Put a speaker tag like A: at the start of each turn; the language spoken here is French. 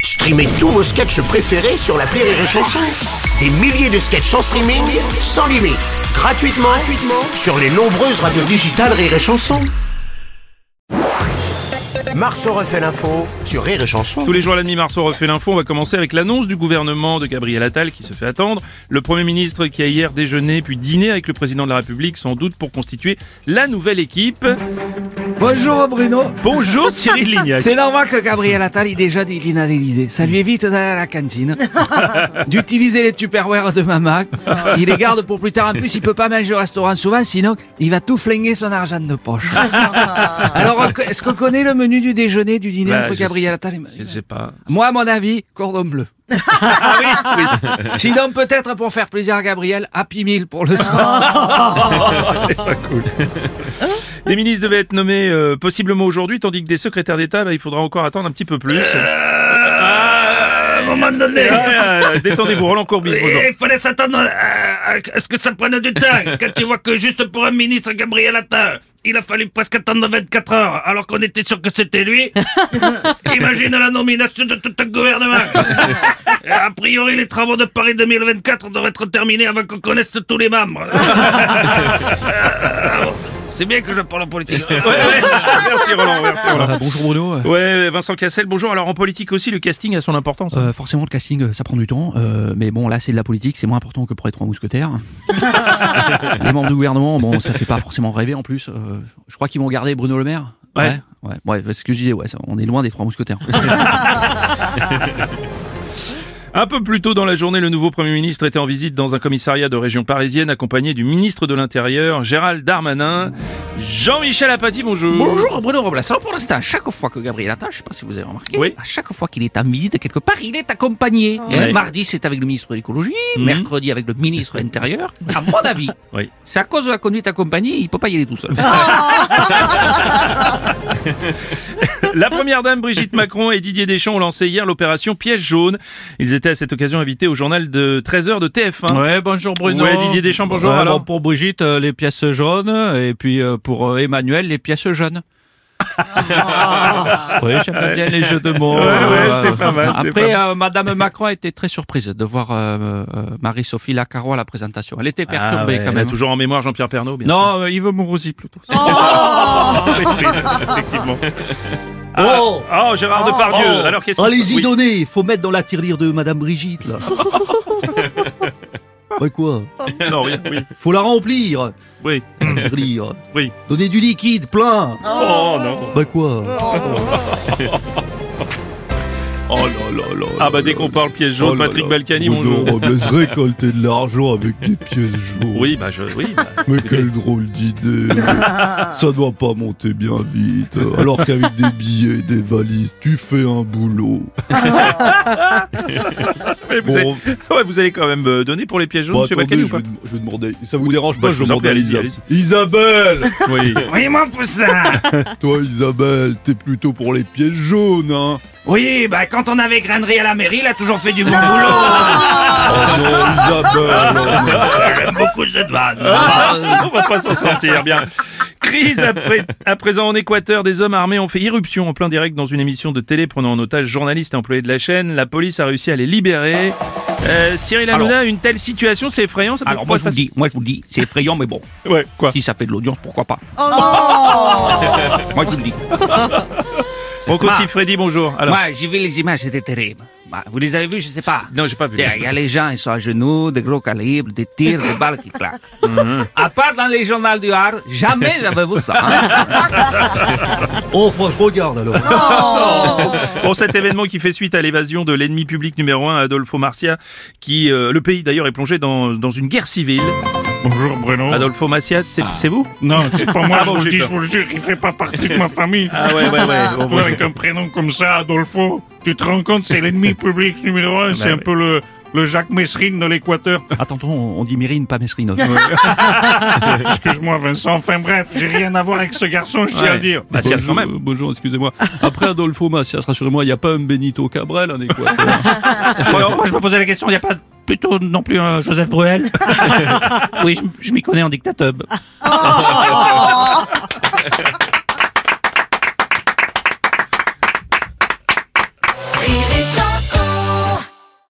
A: Streamez tous vos sketchs préférés sur la Rire et Chanson. Des milliers de sketchs en streaming, sans limite, gratuitement, gratuitement sur les nombreuses radios digitales Rire et Chanson. Marceau refait l'info sur Rire et Chanson.
B: Tous les jours à la demi-marceau refait l'info. On va commencer avec l'annonce du gouvernement de Gabriel Attal qui se fait attendre. Le Premier ministre qui a hier déjeuné puis dîné avec le Président de la République, sans doute pour constituer la nouvelle équipe.
C: Bonjour Bruno.
B: Bonjour Cyril Lignac.
C: C'est normal que Gabriel Attal ait déjà du dîner à l'Elysée. Ça lui évite d'aller à la cantine, d'utiliser les Tupperware de maman. Il les garde pour plus tard. En plus, il peut pas manger au restaurant souvent, sinon il va tout flinguer son argent de poche. Alors, est-ce qu'on connaît le menu du déjeuner, du dîner
B: Bah,
C: entre
B: je
C: Gabriel Attal et
B: Je sais pas.
C: Moi, à mon avis, cordon bleu.
B: Ah oui, oui. Ah.
C: Sinon, peut-être pour faire plaisir à Gabriel, Happy Meal pour le soir.
B: Des ministres devaient être nommés euh, possiblement aujourd'hui, tandis que des secrétaires d'État, bah, il faudra encore attendre un petit peu plus.
D: Euh, À un moment donné,
B: Ah, euh, Détendez-vous, Roland Courbis, bonjour.
D: il fallait s'attendre à, à- à ce que ça prenne du temps. Quand tu vois que juste pour un ministre, Gabriel Attal, il a fallu presque attendre 24 heures, alors qu'on était sûr que c'était lui. Imagine la nomination de tout un gouvernement. A priori, les travaux de Paris 2024 devraient être terminés avant qu'on connaisse tous les membres. Euh, C'est bien que je parle en politique.
B: Merci Roland, merci Roland.
C: bonjour Bruno.
B: Ouais, Vincent Cassel, bonjour. Alors en politique aussi, le casting a son importance. hein.
C: Euh, forcément, le casting, euh, ça prend du temps. euh, mais bon, là, c'est de la politique. C'est moins important que pour les trois mousquetaires. les membres du gouvernement, bon, ça fait pas forcément rêver en plus. euh, je crois qu'ils vont garder Bruno Le Maire.
B: Ouais.
C: Ouais, ouais, ouais, c'est ce que je disais. Ouais, ça, on est loin des trois mousquetaires.
B: Un peu plus tôt dans la journée, le nouveau Premier ministre était en visite dans un commissariat de région parisienne accompagné du ministre de l'Intérieur, Gérald Darmanin. Jean-Michel Apathy, bonjour.
C: Bonjour Bruno Robles. Alors pour l'instant, à chaque fois que Gabriel Attal, je sais pas si vous avez remarqué,
B: Oui.
C: à chaque fois qu'il est en visite quelque part, il est accompagné. Et
B: Ouais.
C: Mardi, c'est avec le ministre de l'écologie, mercredi avec le ministre de l'Intérieur. À mon avis,
B: Oui.
C: c'est à cause de la conduite accompagnée, il peut pas y aller tout seul.
B: La première dame Brigitte Macron et Didier Deschamps ont lancé hier l'opération Pièce jaune. Ils étaient à cette occasion invités au journal de 13h de TF1.
E: Ouais, bonjour Bruno.
B: Hein Ouais, Didier Deschamps, bonjour,
E: Ouais,
B: alors.
E: bon, pour Brigitte, euh, les pièces jaunes, et puis euh, pour euh, Emmanuel, les pièces jaunes. oui, j'aime bien les jeux de mots.
B: Ouais,
E: Euh,
B: ouais, c'est pas mal, c'est
E: Après, euh, Madame Macron a été très surprise de voir euh, euh, Marie-Sophie Lacaro à la présentation. Elle était
B: Ah
E: perturbée
B: ouais,
E: quand
B: elle a
E: même.
B: Toujours en mémoire Jean-Pierre Pernaud, bien sûr.
E: Non, euh, Yves Mourouzi plutôt.
B: Effectivement. Ah,
F: Oh
B: oh, Gérard Depardieu.
F: Oh.
B: Alors qu'est-ce qui se passe
F: Allez-y,
B: Oui.
F: donnez Faut mettre dans la tirelire de Madame Brigitte, là Bah quoi
B: Non, rien, oui.
F: Faut la remplir,
B: Oui.
F: la tirelire
B: Oui.
F: Donnez du liquide, plein
B: Oh non.
F: Bah quoi
B: Oh là là là. Ah bah dès qu'on parle pièce
G: Oh
B: jaune, Patrick Balkany, bonjour.
G: Robles récolter de l'argent avec des pièces jaunes.
B: Oui, bah je. Oui. bah.
G: Mais quelle drôle d'idée. Ça doit pas monter bien vite. Alors qu'avec des billets et des valises, tu fais un boulot.
B: Mais vous,
G: Bon,
B: allez, ouais, vous allez quand même euh, donner pour les pièces jaunes,
G: bah,
B: monsieur
G: attendez,
B: Balkany ou
G: je,
B: pas
G: vais, dem- je vais demander. Ça vous dérange
B: bah, je
G: pas, je vais
B: vous en
G: demander à
B: prie,
G: Isabelle.
B: allez-y,
G: Isabelle
B: Oui.
D: Oui, mon poussin.
G: Toi, Isabelle, t'es plutôt pour les pièces jaunes, hein
D: Oui, bah quand on avait grainerie à la mairie, il a toujours fait du bon boulot.
G: Oh non, Isabelle oh non.
D: J'aime beaucoup cette vanne.
B: Ah, on va pas s'en sortir, bien. Crise après, à présent en Équateur, des hommes armés ont fait irruption en plein direct dans une émission de télé prenant en otage journalistes et employés de la chaîne. La police a réussi à les libérer. Euh, Cyril Hanouna, une telle situation, c'est effrayant. Ça peut
C: Alors moi
B: pas
C: je vous le dis, moi je vous le dis, c'est effrayant mais bon,
B: passer- Ouais, quoi
C: si ça fait de l'audience, pourquoi pas Moi je vous le dis.
B: Bon, aussi, Freddy, bonjour. Alors,
C: Moi j'ai vu les images, c'était terrible. Bah, vous les avez vues, je sais pas.
B: non, j'ai pas vu.
C: Il y a les gens, ils sont à genoux, des gros calibres, des tirs, des balles qui claquent.
B: Mhm.
C: À part dans les journaux du Hard, jamais j'avais vu ça. hein.
F: Oh, faut que je regarde, alors
B: Bon, cet événement qui fait suite à l'évasion de l'ennemi public numéro un, Adolfo Marcia, qui, euh, le pays d'ailleurs, est plongé dans, dans une guerre civile.
D: Bonjour Bruno.
B: Adolfo Marcia, c'est c'est vous
D: Non, c'est pas moi,
B: Ah
D: je
B: bon,
D: vous le
B: j'ai
D: dis,
B: peur.
D: je vous le jure, il fait pas partie de ma famille.
B: Ah ouais, ouais, ouais. Bon,
D: Toi,
B: bonjour.
D: avec un prénom comme ça, Adolfo, tu te rends compte, c'est l'ennemi public numéro un, c'est un
B: ouais.
D: peu le, le Jacques Messrine de l'Équateur.
E: Attends, on, on dit Mérine, pas Mesrine.
D: Excuse-moi Vincent, enfin bref, j'ai rien à voir avec ce garçon, je tiens à
B: Ouais.
D: le dire.
B: Bah, c'est quand
E: bonjour,
B: même.
E: euh, bonjour, excusez-moi. Après Adolfo Macias, rassurez-moi, il n'y a pas un Benito Cabrel hein, en Équateur.
C: moi je me posais la question, il n'y a pas plutôt non plus un Joseph Bruel Oui, je, je m'y connais en dictateur.